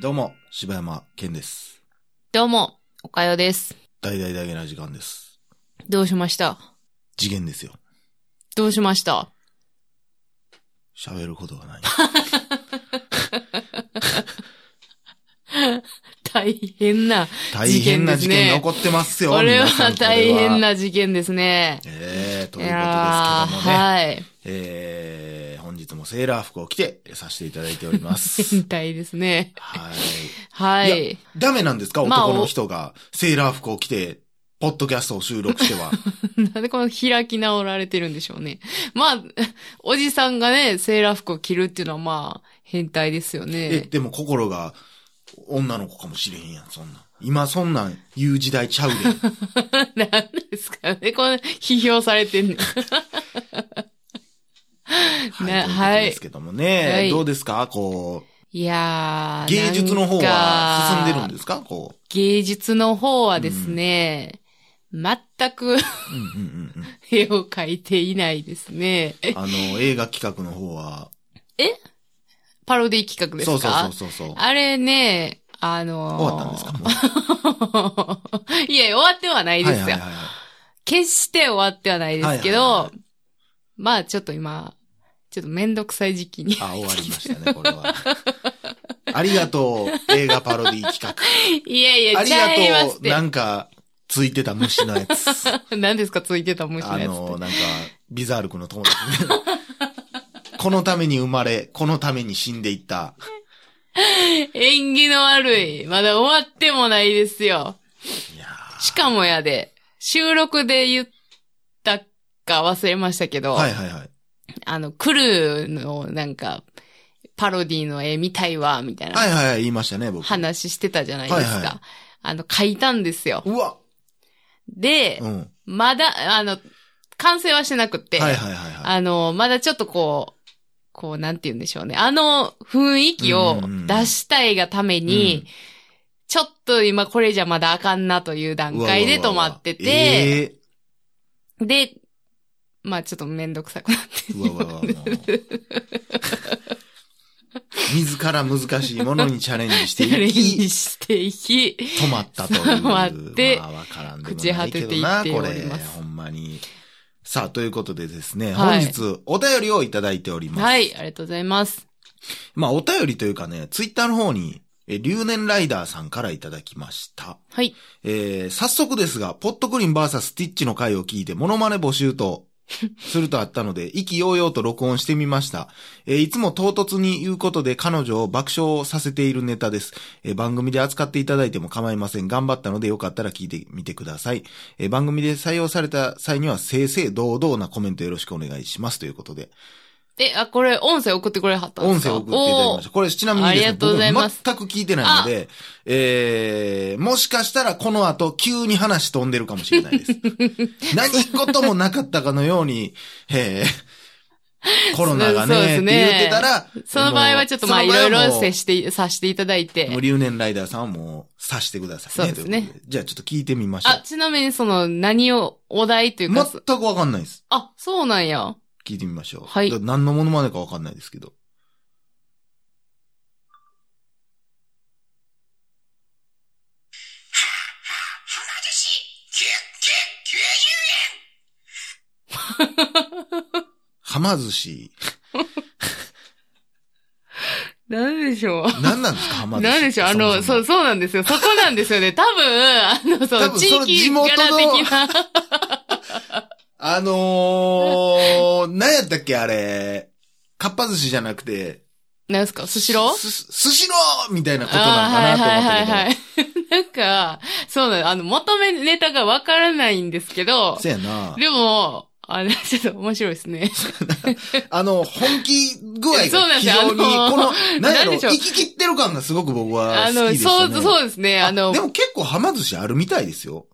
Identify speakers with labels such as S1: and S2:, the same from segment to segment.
S1: どうも、柴山健です。
S2: どうも、おかよです。
S1: 大々大げな時間です。
S2: どうしました
S1: 次元ですよ。
S2: どうしました
S1: 喋ることが ない。
S2: 大変な。
S1: 大変な事件が起こってますよ。
S2: これ
S1: 皆さ
S2: は
S1: ん
S2: 大変。
S1: こ
S2: な事件ですね。
S1: れはええと
S2: い
S1: いうことですけどもね。
S2: やーはい。
S1: えー、本日もセーラー服を着てさせていただいております
S2: 変。態ですね。
S1: はい。
S2: はいい。
S1: ダメなんですか
S2: まあ
S1: 男の人がセーラー服を着て、ポッドキャストを収録して は。
S2: なんでこの開き直られてるんでしょうね。まあ、おじさんがね、セーラー服を着るっていうのはまあ、変態ですよ
S1: え、
S2: ね。
S1: でも心が女の子かもしれへんやん、そんなん。今そんなん言う時代ちゃうで。
S2: なんですかね。この批評されてんの。
S1: はい。という
S2: ね
S1: こと
S2: はい
S1: ですけどもね。
S2: はい
S1: どうですかこ
S2: いや
S1: う、
S2: ー。
S1: 芸術の方は進んでるん
S2: す
S1: ですかこ
S2: 芸術の方はですね、全く
S1: う。うんうんうんうん。
S2: 絵を描いていないですね。
S1: あの、映画企画の方は。
S2: パロディ企画ですか
S1: そうそうそうそうそう。
S2: あれね、あのー
S1: 終わったんですかもう。
S2: いや、終わってはないですよ。
S1: はいはいはいはい
S2: 決して終わってはないですけど、
S1: はいはいは
S2: まあちょっと今、ちょっとめんどくさい時期に。
S1: あ、終わりましたね、これは。ありがとう、映画パロディ企 画。
S2: いやいや、
S1: あ
S2: ちゃい
S1: り
S2: ま
S1: がと
S2: すっ
S1: う、
S2: て
S1: なんか、ついてた虫のや つ。あ。
S2: 何ですかついてた虫のやつって
S1: の、なんか、ビザールクの友達みたいなこのために生まれ、このために死んでいった。
S2: 縁起の悪い。まだ終わってもないですよ。
S1: いや
S2: しかもやで、収録で言ったか忘れましたけ
S1: ー
S2: ど、
S1: はいはいはい。
S2: あの、クルーのなんか、パロディの絵見たいわ、みたい
S1: は
S2: ない
S1: はいはい、言いましたね、僕。
S2: 話してたじゃないですか。
S1: はいはい
S2: あの、書いたんですよ。
S1: うわ
S2: で
S1: う、ん。は
S2: まだ、あの、完成はしてなくて、
S1: いはいはいはい。
S2: あの、まだちょっとこう、こう、なんて言うんでしょうね。あの雰囲気を出したいがために、
S1: うん
S2: ちょっと今これじゃまだあかんなという段階で止まってて、
S1: うわうわうわえ
S2: で、まあちょっとめんどくさくなって
S1: えうわうわうわもう自ら難しいものにチャレンジして
S2: チャレン
S1: いき
S2: ジ、していき、
S1: 止まったという。
S2: 止まって
S1: まあ、わからんでもないけどな、
S2: 朽ち
S1: こ
S2: 果てていってお
S1: れ
S2: ります。
S1: ほんまに。さあ、ということでですね、
S2: はい
S1: 本日お便りをいただいております。
S2: はい、ありがとうございます。
S1: まあ、お便りというかね、ツイッターの方に、え、留年ライダーさんからいただきました。
S2: はい。
S1: えー、早速ですが、ポットクリン VS スティッチの回を聞いて、モノマネ募集と、するとあったので、意気揚々と録音してみました。えーいつも唐突に言うことで彼女を爆笑させているネタです。えー番組で扱っていただいても構いません。頑張ったのでよかったら聞いてみてください。えー番組で採用された際には、正々堂々なコメントよろしくお願いします。ということで、
S2: え、あ、これ、音声送ってくれはったんで
S1: 音
S2: すか
S1: 声送っていただきました。これちなみにです
S2: あ
S1: ね、
S2: りがとうございます
S1: 僕全く聞いてないので、えー、もしかしたらこの後急に話飛んでるかもしれないです。 何事もなかったかのように、えー、コロナが
S2: そうで
S1: ね、
S2: す
S1: って
S2: ね
S1: 言ってたら、
S2: おその場合はちょっとまあい
S1: もう
S2: ろいろ
S1: その場合はもう
S2: 接して、させていただいて
S1: もう。留年ライダーさんはもう察してくださいね。
S2: そうですね
S1: ということでじゃあちょっと聞いてみましょ
S2: あ、
S1: う。
S2: ちなみにその、何を、お題というか、
S1: 全くわかんないです。
S2: あ、そうなんや。
S1: 聞いてみましょう。
S2: はい
S1: だから何のものまねかわかんないですけど。はま寿司。
S2: なんでしょう。
S1: 何なんですか、はま寿司。
S2: なんでしょう、あの、そう、
S1: そ
S2: そうなんですよ。そこなんで すよね。多分、あの、そ
S1: 多
S2: の、
S1: 分
S2: 地
S1: その地
S2: 域
S1: 元の
S2: 柄的な。
S1: あのー、何やったっけ、あれ。かっぱ寿司じゃなくて。
S2: なんですか、スシロー
S1: す、すしろーみたいなことなのか
S2: あ
S1: な
S2: あー
S1: と思ったけど。
S2: はいはいはい はい。なんか、そうなの、あの、求めネタがわからないんですけど、
S1: そうやな。
S2: でも、あれ、ちょっと面白いですね。
S1: あの、本気具合
S2: そうな
S1: が
S2: ん
S1: 非
S2: ですよ
S1: 常に、
S2: あ
S1: こ
S2: の
S1: の、何や
S2: な
S1: ろ、
S2: んでしょう
S1: 生き切ってる感がすごく僕は
S2: あ
S1: 好き
S2: の、
S1: でした、ね。
S2: そう、そうですね。あの
S1: で、も結構はま寿司あるみたいですよ。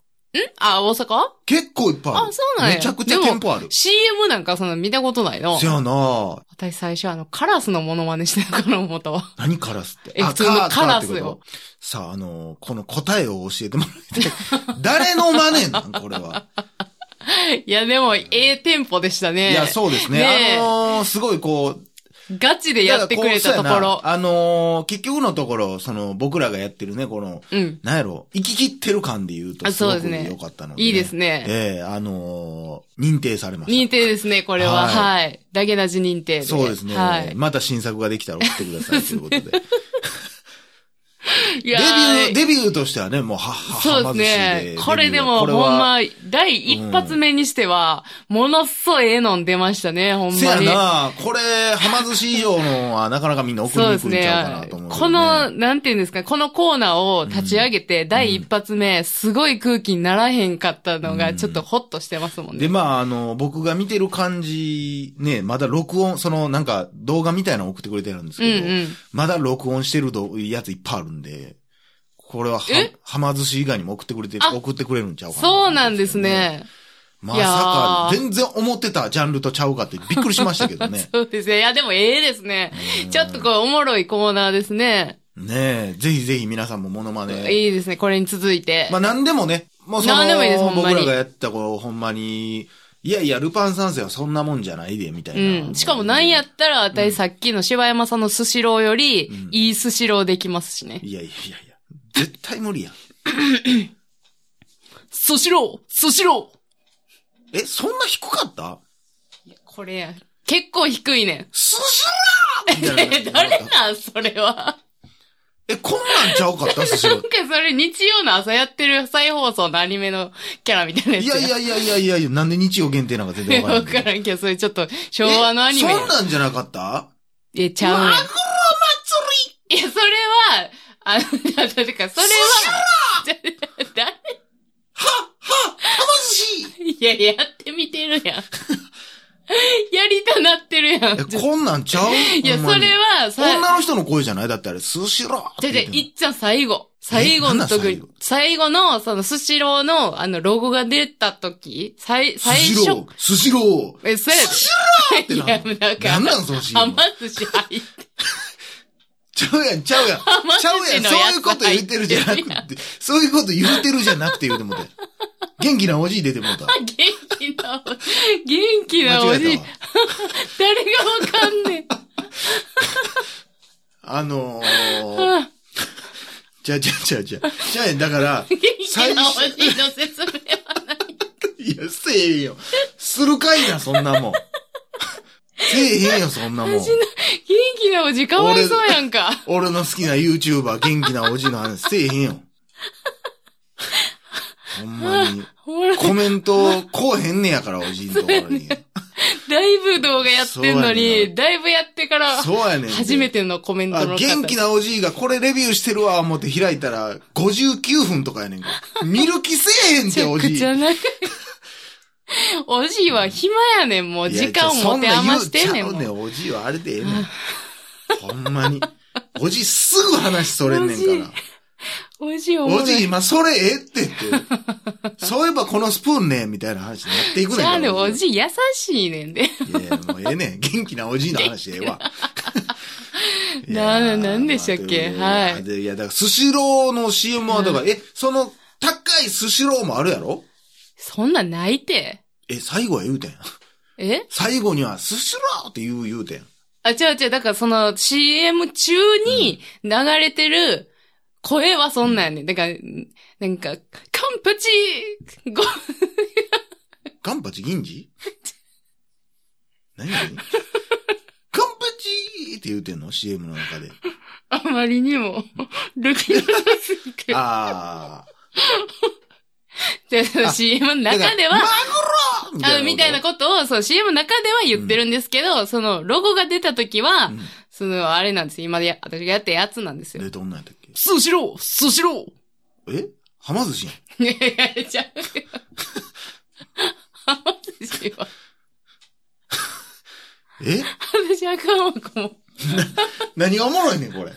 S2: あ、大阪
S1: 結構いっぱいある。
S2: あ、そうなんや。
S1: めちゃくちゃ
S2: で
S1: 店
S2: も、
S1: 舗ある。
S2: CM なんかその見たことないの
S1: そ。やな
S2: 私最初あの、カラスのモノマネしてるから思ったわ。
S1: 何カラスって。
S2: え
S1: あ
S2: 普通の
S1: ー
S2: カラス
S1: ーって
S2: よ
S1: ことさあ、あの、この答えを教えてもらって、 誰の真似なんこれは。
S2: いや、でも、ええテンポでしたね。
S1: いや、そうですね。
S2: ねえ
S1: あのーすごいこう、
S2: ガチでやってくれたと
S1: だから
S2: こ
S1: う
S2: ろ
S1: そうや。なあのー結局のところ、その、僕らがやってるね、この、
S2: うん。
S1: なんやろ、生き切ってる感で言うと、
S2: あ
S1: すご
S2: そう
S1: く
S2: ですね
S1: 良かったので、
S2: いいですね。
S1: ええあのー認定されました。
S2: 認定ですね、これは。
S1: は
S2: はい。ダゲダジ認定で。
S1: そうですね、
S2: はい。
S1: また新作ができたら送ってくださいという ことで。
S2: い
S1: デ
S2: や
S1: ビュー、
S2: ー
S1: デビューとしてはね、もう、はっは
S2: そ
S1: っ
S2: う
S1: は
S2: です
S1: まずしい
S2: ね。これで
S1: デ
S2: も、
S1: ビュー
S2: ほん
S1: は
S2: ま、第一発目にしては、ものすごいええのん出ましたね、ほん
S1: せ
S2: ま
S1: や
S2: に。
S1: な、これ、はま寿司以上のは、なかなかみんな送り
S2: そうで
S1: に
S2: す
S1: くいん
S2: ね
S1: ちゃうかなと思う、。
S2: この、、なんていうんですか、このコーナーを立ち上げて、第一発目、すごい空気にならへんかったの
S1: う
S2: が、
S1: ん
S2: ちょっとホッとしてますもん
S1: で、
S2: ね。
S1: まあ、あの、僕が見てる感じ、ね、まだ録音、その、なんか、動画みたいなの送ってくれてるんです
S2: う
S1: け
S2: ん
S1: ど、
S2: うん。
S1: まだ録音してるどやついっぱいあるんで、これはは
S2: え、
S1: はま寿司以外にも送ってくれて、
S2: あ
S1: 送ってくれるんちゃうかな
S2: そうなんです。ね。
S1: ま
S2: いや
S1: さか、
S2: ー
S1: 全然思ってたジャンルとちゃうかってびっくりしましたけど ね。
S2: そうですね。いや、でもええですね。
S1: うん
S2: ちょっとこれおもろいコーナーですね。
S1: ねえ、ぜひぜひ皆さんもモノマネ。
S2: いいですね。これに続いて。
S1: まあ何でもね、もうその、
S2: 何でもいいですほんまに
S1: 僕らがやってた頃、ほんまに、いやいや、ルパン三世はそんなもんじゃないで、みたいな。
S2: うん。しかもなんやったら、私さっきの柴山さんのスシローより
S1: ん、
S2: いいスシローできますしね。
S1: いやいやいやいや、絶対無理やん。
S2: スシロースシロー
S1: え、そんな低かった
S2: いやこれや。結構低いねん。
S1: すしろーみたいな
S2: え
S1: の
S2: 誰なんそれは。
S1: え、こんなんちゃうかったすしろ
S2: なんかそれ日曜の朝やってる再放送のアニメのキャラみたいなやつ
S1: いやいやいやいやいやいや、なんで日曜限定なんか全然わから
S2: わ
S1: ん
S2: か
S1: ない。
S2: らんけど、それちょっと昭和のアニメ
S1: え
S2: や。
S1: そんなんじゃなかった
S2: え、ちゃうねん。マグロ祭りいや、それは、あの、だからそれは、じゃ誰
S1: はま寿司
S2: いや、やってみてるやん。やりたなってるやん。
S1: え、こんなんちゃう
S2: いや、
S1: ほん
S2: そ
S1: まに
S2: れは、さ、
S1: 女の人の声じゃないだってあれ、スシローっ
S2: じゃ
S1: て
S2: じ
S1: 言
S2: ゃ
S1: っ
S2: い
S1: てんの
S2: っちゃん最後。最後のと
S1: えなんなん
S2: こ、最後の、その、スシローの、あの、ロゴが出たとき、最、最
S1: スシロ
S2: 初
S1: ー、スシロー
S2: え、そうやで。
S1: ってない
S2: や、なんか、
S1: なんなんそのシーン
S2: はま寿司入って、
S1: ちゃうやん、ちゃうやん。
S2: ま寿司の
S1: ちゃうやん、そういうこと言ってるじゃな
S2: やつ入っ
S1: くて、そういうこと言ってるじゃなくて言うてもうて。元気なおじい出てもうた。
S2: 元気なお、元気なお
S1: 間違
S2: じ
S1: え
S2: い
S1: たわ。
S2: 誰がわかんねん。
S1: あ のー、じゃあじゃあじゃあじゃあ。じゃあねだから、
S2: 元気なおじいの説明は。
S1: いや、せえへんよ。するかいな、そんなもん。せえへんよ、そんなもん。
S2: 元気なおじいかわいそうやんか。
S1: 俺の好きな YouTuber、元気なおじの話、せえへんよ。ほんまに。
S2: ほら、
S1: コメント、こうへんねやから、おじいのところに。
S2: だいぶ動画やってんの
S1: そうやね
S2: に、だいぶやってから、
S1: そうやねん。
S2: 初め。てのコメント
S1: あ、
S2: の方。
S1: 元気なおじいがこれレビューしてるわ、思って開いたら、59分とかやねんか。見る気せえへんっ
S2: めち
S1: て、お
S2: ゃく
S1: じい。
S2: ちゃ長い。 おじいは暇やねん、もう。時間を持て余してんねん。
S1: いやちょそな言うちゃ
S2: もう
S1: うねん、おじいはあれでええねん。ほんまに。おじいすぐ話それんねんから。
S2: おじいおも
S1: お
S2: ろい
S1: じい今それええってって。そういえばこのスプーンね、みたいな話になっていくねん
S2: じ
S1: から。
S2: ゃあね、おじい優しいねんで。
S1: いやいや、もうええねん。元気なおじいの話ええわ。いや
S2: な
S1: ー
S2: なんでしたっけ
S1: まあ
S2: はい
S1: とうことでいや、だから、スシローの CM は、だから、え、その、高いスシローもあるやろ
S2: そんなん泣いて。
S1: え、最後は言うてん。
S2: え
S1: 最後には、スシローって言う言うてん。
S2: あ、違う違う。だからその CM 中に流れてる声はそんなんやねん。だから、なんか、カンプチーご、
S1: ガンパチ銀 次何何ガンパチーって言うてんの ?CM の中 で。
S2: あまりにも、ルキナすぎて。
S1: ああ。
S2: で、その
S1: あ
S2: CM の中で
S1: だか
S2: は、
S1: らマグロ
S2: あの、みたいな
S1: こ
S2: ことを、そう、CM の中では言ってるんですけど、その、ロゴが出た時は、
S1: うん
S2: その、あれなんですよ。今でや、私がやったやつなんです
S1: と
S2: よ。
S1: で、どんなんやったっけ
S2: スシロースシロ
S1: えはま寿司やん。
S2: ーいやいやいや、ちゃうよ。浜寿司は、
S1: え
S2: 私あかんわ、こも。
S1: 何がおもろいねん、これ。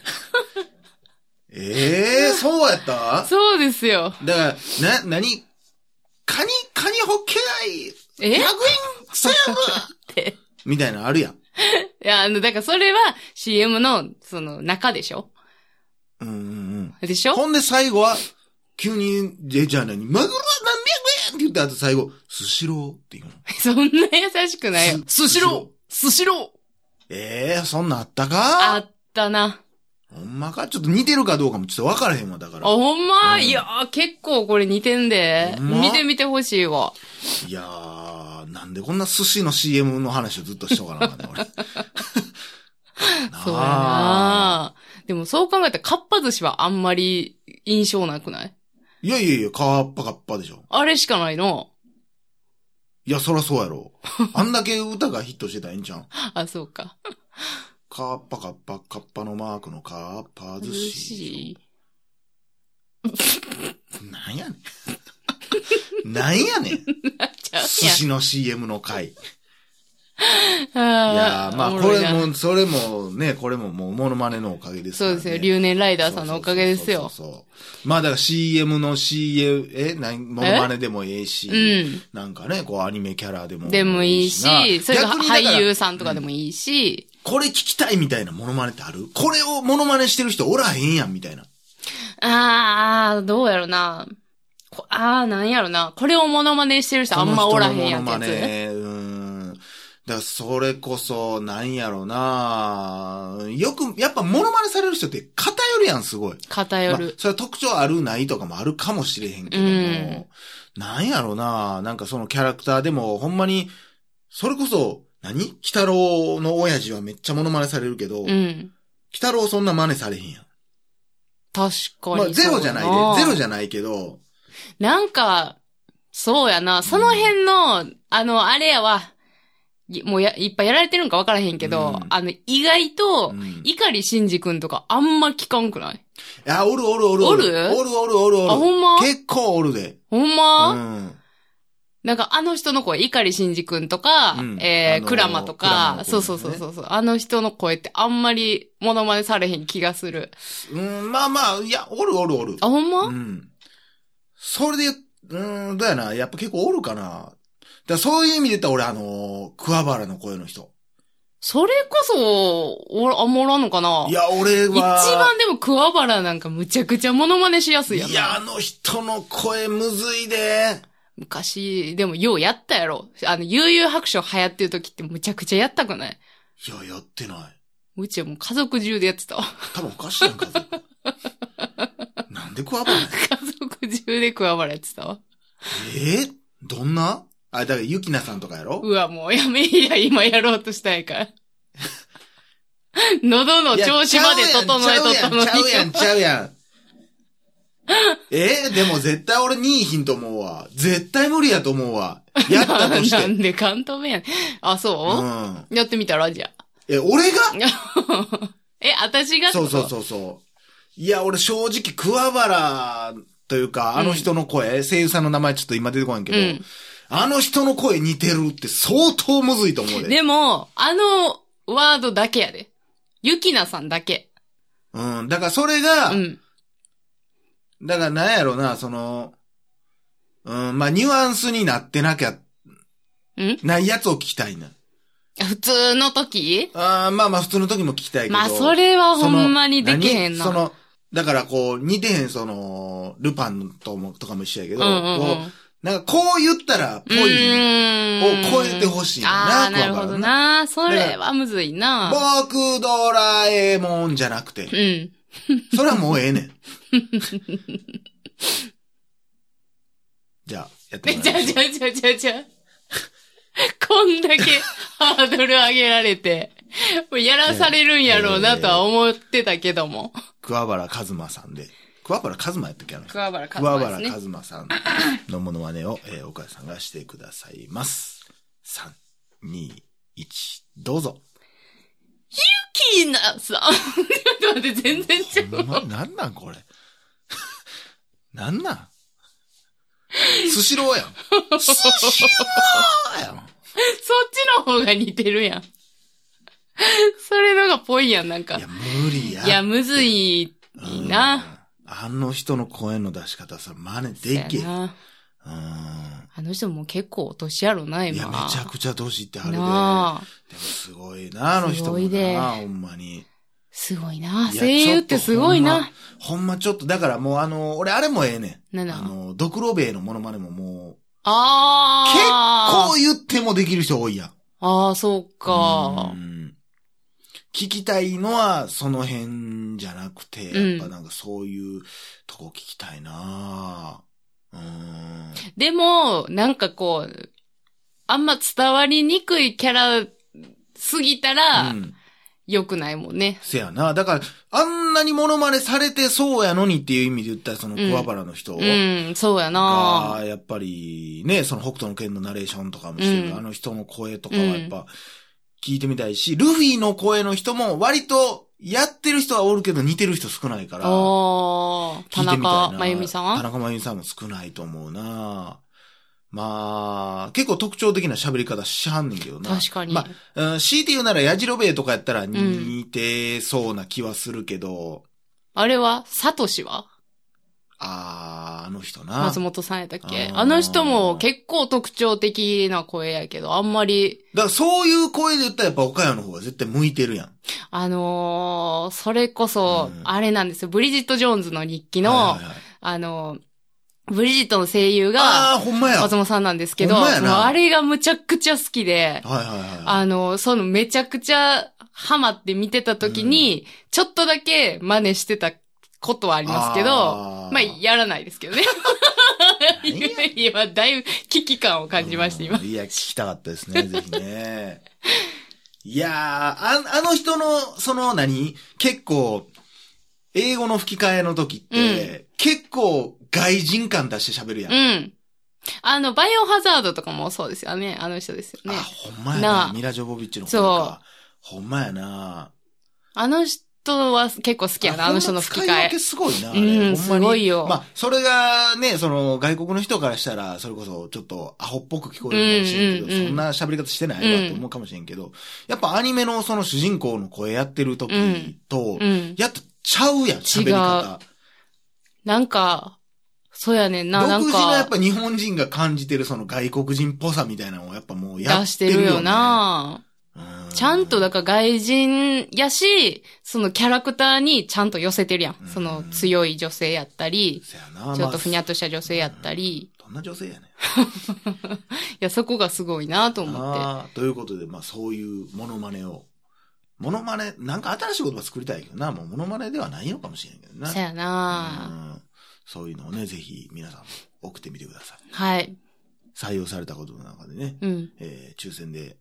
S1: ええー、そうやっただか
S2: そうですよ。
S1: ら、な、何カニ、カニホッケ
S2: え
S1: 貝、100
S2: っ
S1: 円、セ ーブ
S2: て。
S1: みたいなのあるやん。
S2: いや、あの、だからそれは CM の、その、中でしょ
S1: うんうんうん。
S2: でしょ
S1: ほんで最後は、急に、え、じゃあ何マグロは何百円って言った後最後、スシローって言うの。
S2: そんな優しくないよ。
S1: ス
S2: ス
S1: シ
S2: シ
S1: ロ
S2: ロースシロ
S1: ええー、そんなんあった
S2: あ
S1: か
S2: ったな。
S1: ほんまかちょっと似てるかどうかもちょっと分からへんわ、だか
S2: あ、
S1: ら。
S2: ほんま、
S1: うん
S2: いやー、結構これ似てんで。
S1: ほんま
S2: 見てみてほしいわ。
S1: いやー、なんでこんな寿司の CM の話をずっとしとかなあかんねん、俺。
S2: そう
S1: あ
S2: やなでもそう考えたら、かっぱ寿司はあんまり印象なくない
S1: ーいやいやいや、カッパカッパでしょ。
S2: あれしかないの
S1: いや、そらそうやろ。あんだけ歌がヒットしてたらええんちゃうん
S2: あ、そうか。
S1: カッパカッパ、カッパのマークのカッパ寿司。なんやねん。 なんやねん。
S2: なっちゃうやん。
S1: 寿司の CM の回。い
S2: あー
S1: やーまあ
S2: お
S1: こ
S2: ろい
S1: れ
S2: な
S1: も、それもね、これももうモノマネのおかげですか
S2: そ
S1: ら
S2: う
S1: ね。
S2: ですよ。留年ライダーさんのおかげです
S1: そ
S2: よ。
S1: うそうそうそう。まあだから CM の CM、え、何、モノマネでもええし、
S2: うん。
S1: なんかね、こうアニメキャラでも
S2: でもいい
S1: な
S2: し、それが
S1: 逆にだから
S2: 俳優さんとかでもいいし、
S1: これ聞きたいみたいなモノマネってあるこれをモノマネしてる人おらへんやんみたいな。
S2: あー、どうやろな。こあー、なんやろな。これをモノマネしてる人あんまおらへんやんって
S1: こ
S2: や
S1: の
S2: つ。
S1: 人のモノマネうーん。だからそれこそ、なんやろなよく、やっぱモノマネされる人って偏るやん、すごい。
S2: 偏
S1: まあ
S2: る。
S1: それは特徴あるないとかもあるかもしれへんけども、なんやろななんかそのキャラクターでも、ほんまに、それこそ、何北郎の親父はめっちゃモノマネされるけど、
S2: うん。
S1: 北郎そんな真似されへんやん。
S2: 確かに。
S1: まあゼロじゃないで、ゼロじゃないけど、
S2: ゃなんか、そうやな。その辺の、あの、あれやわ。いもうや、いっぱいやられてるんかわからへんけど、
S1: うん
S2: あの、意外と
S1: う、ん
S2: 碇慎二くんとかあんま聞かんくない
S1: いや、おるおるおる
S2: おる
S1: おるおるおるおる。
S2: あ、ほんま
S1: 結構おるで。
S2: ほんま、
S1: うん。
S2: なんかあの人の声、碇慎二くんとか、
S1: うん
S2: えー
S1: あのー
S2: クラマと
S1: クラマ
S2: か、
S1: の声ね
S2: そうそうそうそうそう、あの人の声ってあんまりモノマネされへん気がする。
S1: うん、まあまあ、いや、おるおるおる。
S2: あ、ほんま、
S1: うん。それで、うん、どうやな。やっぱ結構おるかな。だからそういう意味で言ったら俺、あのー、桑原の声の人。
S2: それこそ、おら、あんまおらんのかない
S1: や、俺
S2: 一
S1: は。
S2: 番でも桑原なんかむちゃくちゃモノマネしやすいやん
S1: い
S2: な。
S1: や、あの人の声むずいで。
S2: 昔、でもようやったやろ。あの、悠々白書流行ってる時ってむちゃくちゃやったくない
S1: いや、やってない。
S2: うちはもう家族中でやってたわ。
S1: 多分おかしいやんか。家族なんで桑原なんや
S2: 家族中で桑原やってたわ。
S1: えーどんなあ、だから、ゆきなさんとかやろ
S2: うわ、もうやめいや、今やろうとしたいから。 喉の
S1: いや
S2: 調子まで整え整
S1: ちゃうや
S2: え。
S1: ん、ちゃうやん、ちゃうや ん。えーでも絶対俺2位ヒント思うわ。絶対無理やと思うわ。やったとし
S2: な
S1: て。
S2: んで関東弁やねん。あ、
S1: う
S2: そ
S1: ん。
S2: う、やってみたらじゃあ。
S1: え、俺が
S2: え、私が
S1: そうそう
S2: う。
S1: そうそう。いや、俺正直、桑原というか、あの人の声、声優さんの名前ちょっと今出てこないけど、
S2: うん
S1: あの人の声似てるって相当むずいと思うで。
S2: でも、あのワードだけやで。ゆきなさんだけ。
S1: うん。だからそれが、
S2: うん。
S1: だからなんやろな、その、うん、まあ、ニュアンスになってなきゃ、
S2: ん
S1: ないやつを聞きたいな。
S2: 普通の時
S1: ああ、まあまあ普通の時も聞きたいけど。
S2: まあ、それは
S1: そ
S2: ほ
S1: の
S2: んまにできへんな。
S1: 何その、だからこう、似てへん、その、ルパンとも、とかも一緒やけ
S2: う
S1: ど、
S2: んうんうん
S1: こう、なんかこう言ったら、ぽい。
S2: を
S1: を超えてほしいな
S2: ああー、なる
S1: 桑原
S2: ほど
S1: な
S2: な。それはむずいな。
S1: 僕、ドラえもんじゃなくて
S2: う、ん。
S1: それはもうええね ん。じゃあ、やって
S2: え、
S1: も
S2: ち
S1: らいまし
S2: ゃ
S1: ょう
S2: ちゃちゃちゃちゃ。こんだけハードル上げられて、もうやらされるんやろうなとは思ってたけども。
S1: 桑原和馬さんで、桑原和馬やったっけあの人
S2: 桑原和
S1: 桑
S2: 馬
S1: 原
S2: です
S1: 和
S2: ね。
S1: 馬さんのモノマネを、えー、岡谷さんがしてくださいます。3、2、1、どうぞ。
S2: キーナさん。ちょっと待って、全然ちゃ
S1: ほんま、なんなん これ。なんなんスシローやん。スシローやん。
S2: そっちの方が似てるやん。それのがぽいやん、なんか。
S1: い
S2: い
S1: や、無理や。
S2: や、むずい
S1: うん
S2: な。。
S1: あの人の声の出し方さ、真似できへ
S2: そ
S1: ん。
S2: や
S1: うん。
S2: なあの人も結構お年やろな、今。
S1: いや、めちゃくちゃ年いってはるで。でも
S2: なあ。
S1: すごいな、あの人も
S2: すごいで
S1: な、ほんまに。
S2: すごいな。
S1: いや
S2: 声優ってすごいな。。
S1: ちょっとほんまほんまちょっと、だからもうあの、俺あれもええね
S2: なん
S1: ん。
S2: だ
S1: あの、ドクロベイのモノマネももう、
S2: ああ。
S1: こう言ってもできる人多いやん。
S2: ああ、そう
S1: う
S2: か。
S1: ん聞きたいのはその辺じゃなくて、
S2: うん
S1: やっぱなんかそういうとこ聞きたいなぁうん。
S2: でも、なんかこう、あんま伝わりにくいキャラすぎたら
S1: う、ん
S2: 良くないもんね。
S1: せやな。だから、あんなにモノマネされてそうやのにっていう意味で言ったら、その
S2: うん
S1: 桑原の人
S2: うん、そうやな
S1: が、やっぱりね、その北斗の拳のナレーションとかもしてる、
S2: うん
S1: あの人の声とかはやっぱ聞いてみたいし、ルフィの声の人も割とやってる人はおるけど似てる人少ないから、
S2: おー、
S1: 聞
S2: 田
S1: いてみたい
S2: 中
S1: な。
S2: 真由美さ
S1: 田
S2: ん
S1: 中真由美さんも少ないと思うなまあ、結構特徴的な喋り方しはんねんけどな。
S2: 確かに。
S1: まあうん、強いて言うなら、やじろべえとかやったら
S2: ん
S1: 似てそうな気はするけど、
S2: あれはサトシは
S1: あー、あの人な。
S2: 松本さんやったっけ
S1: あー
S2: あの人も結構特徴的な声やけど、あんまり、
S1: だからそういう声で言ったらやっぱ岡山の方が絶対向いてるやん。
S2: あのー、それこそ
S1: う、ん
S2: あれなんですよ。ブリジット・ジョーンズの日記の、
S1: はいはいはい
S2: あのー、ブリジットの声優が、
S1: あー、ほんまや。はい
S2: 松本さんなんですけど、
S1: ほん
S2: もう
S1: まやな
S2: あれがむちゃくちゃ好きで、
S1: はいはい。
S2: あの、そのめちゃくちゃハマって見てた時に、ちょっとだけ真似してたことはありますけど、
S1: あー
S2: まあ、やらないですけどね。
S1: 何や
S2: 今、だいぶ危機感を感じました、今
S1: う。んいや、聞きたかったです ね、ぜひね。いやー、ああの人の、その何、結構、英語の吹き替えの時って、結構外人感出して喋るやん。
S2: うん。あの、バイオハザードとかもそうですよね。あの人ですよ
S1: あ、
S2: ね。
S1: ほんまや
S2: な
S1: な。
S2: あ
S1: ミラ・ジョボビッチの方
S2: そ
S1: か。ほんまやな。
S2: あの人は結構好きやな、あの人の吹
S1: ほ
S2: き
S1: んま使い
S2: 替
S1: 分け
S2: え。
S1: すごいな。あれ
S2: うん
S1: ほまに
S2: すごいよ
S1: まあ、それがね、その、外国の人からしたら、それこそ、ちょっと、アホっぽく聞こえるかもしれんけど、
S2: うんうんうん
S1: そんな喋り方してないわって
S2: うん
S1: 思うかもしれんけど、やっぱアニメのその主人公の声やってる時と、
S2: うん。
S1: やっとちゃうやん、喋り方。
S2: なんか、そうやねんな、な
S1: 独
S2: ん
S1: 自のやっ
S2: か、
S1: ぱ日本人が感じてるその外国人っぽさみたいなのをやっぱもう
S2: 出
S1: やっ
S2: してて
S1: る
S2: る
S1: よ
S2: よ
S1: な。
S2: な。
S1: う
S2: ちゃんと、だから外人やし、そのキャラクターにちゃんと寄せてるやん
S1: う。ん
S2: その強い女性やったり、
S1: せやな
S2: ちょっとふにゃっ
S1: ま
S2: とした女性やったり、
S1: あどんな女性やねん。
S2: いや、そこがすごいなと思っ
S1: あーということで、まあそういうモノマネを。モノマネ、なんか新しい言葉作りたいけどな、もうモノマネではないのかもしれんけど
S2: て。
S1: な。
S2: そや
S1: う
S2: なん
S1: そういうのをね、ぜひ皆さんも送ってみてください。
S2: はい。
S1: 採用されたことの中でね、
S2: うん。
S1: えー抽選で、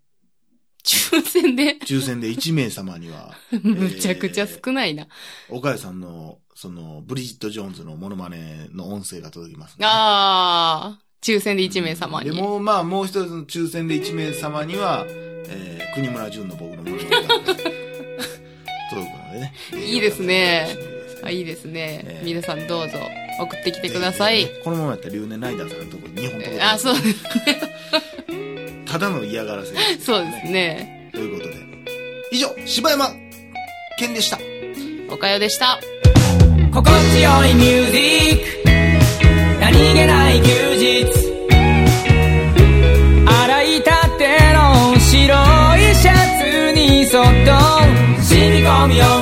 S2: 抽選で、
S1: 抽選で1名様に は、
S2: むちゃくちゃ少ないな。
S1: 岡谷さんの、その、ブリジット・ジョーンズのモノマネの音声が届きますね、
S2: あー、抽選で1名様
S1: で
S2: に。
S1: も、まあ、もう一つの抽選で1名様には、えー、国村淳の僕のモノマネが届くのでね。
S2: いいですねあ、いい
S1: で
S2: ですね
S1: え。ー
S2: 皆さんどうぞ、送ってきてください。。
S1: このままやったら、留年ライダーさんのとこに日本と
S2: あ、そう、
S1: ただの嫌がらせです、
S2: そうですね。
S1: ということで。以上、柴山健でした。
S2: おかよでした。
S3: 心地よいミュージック何気ない休日洗いたての白いシャツにそっと染み込むよう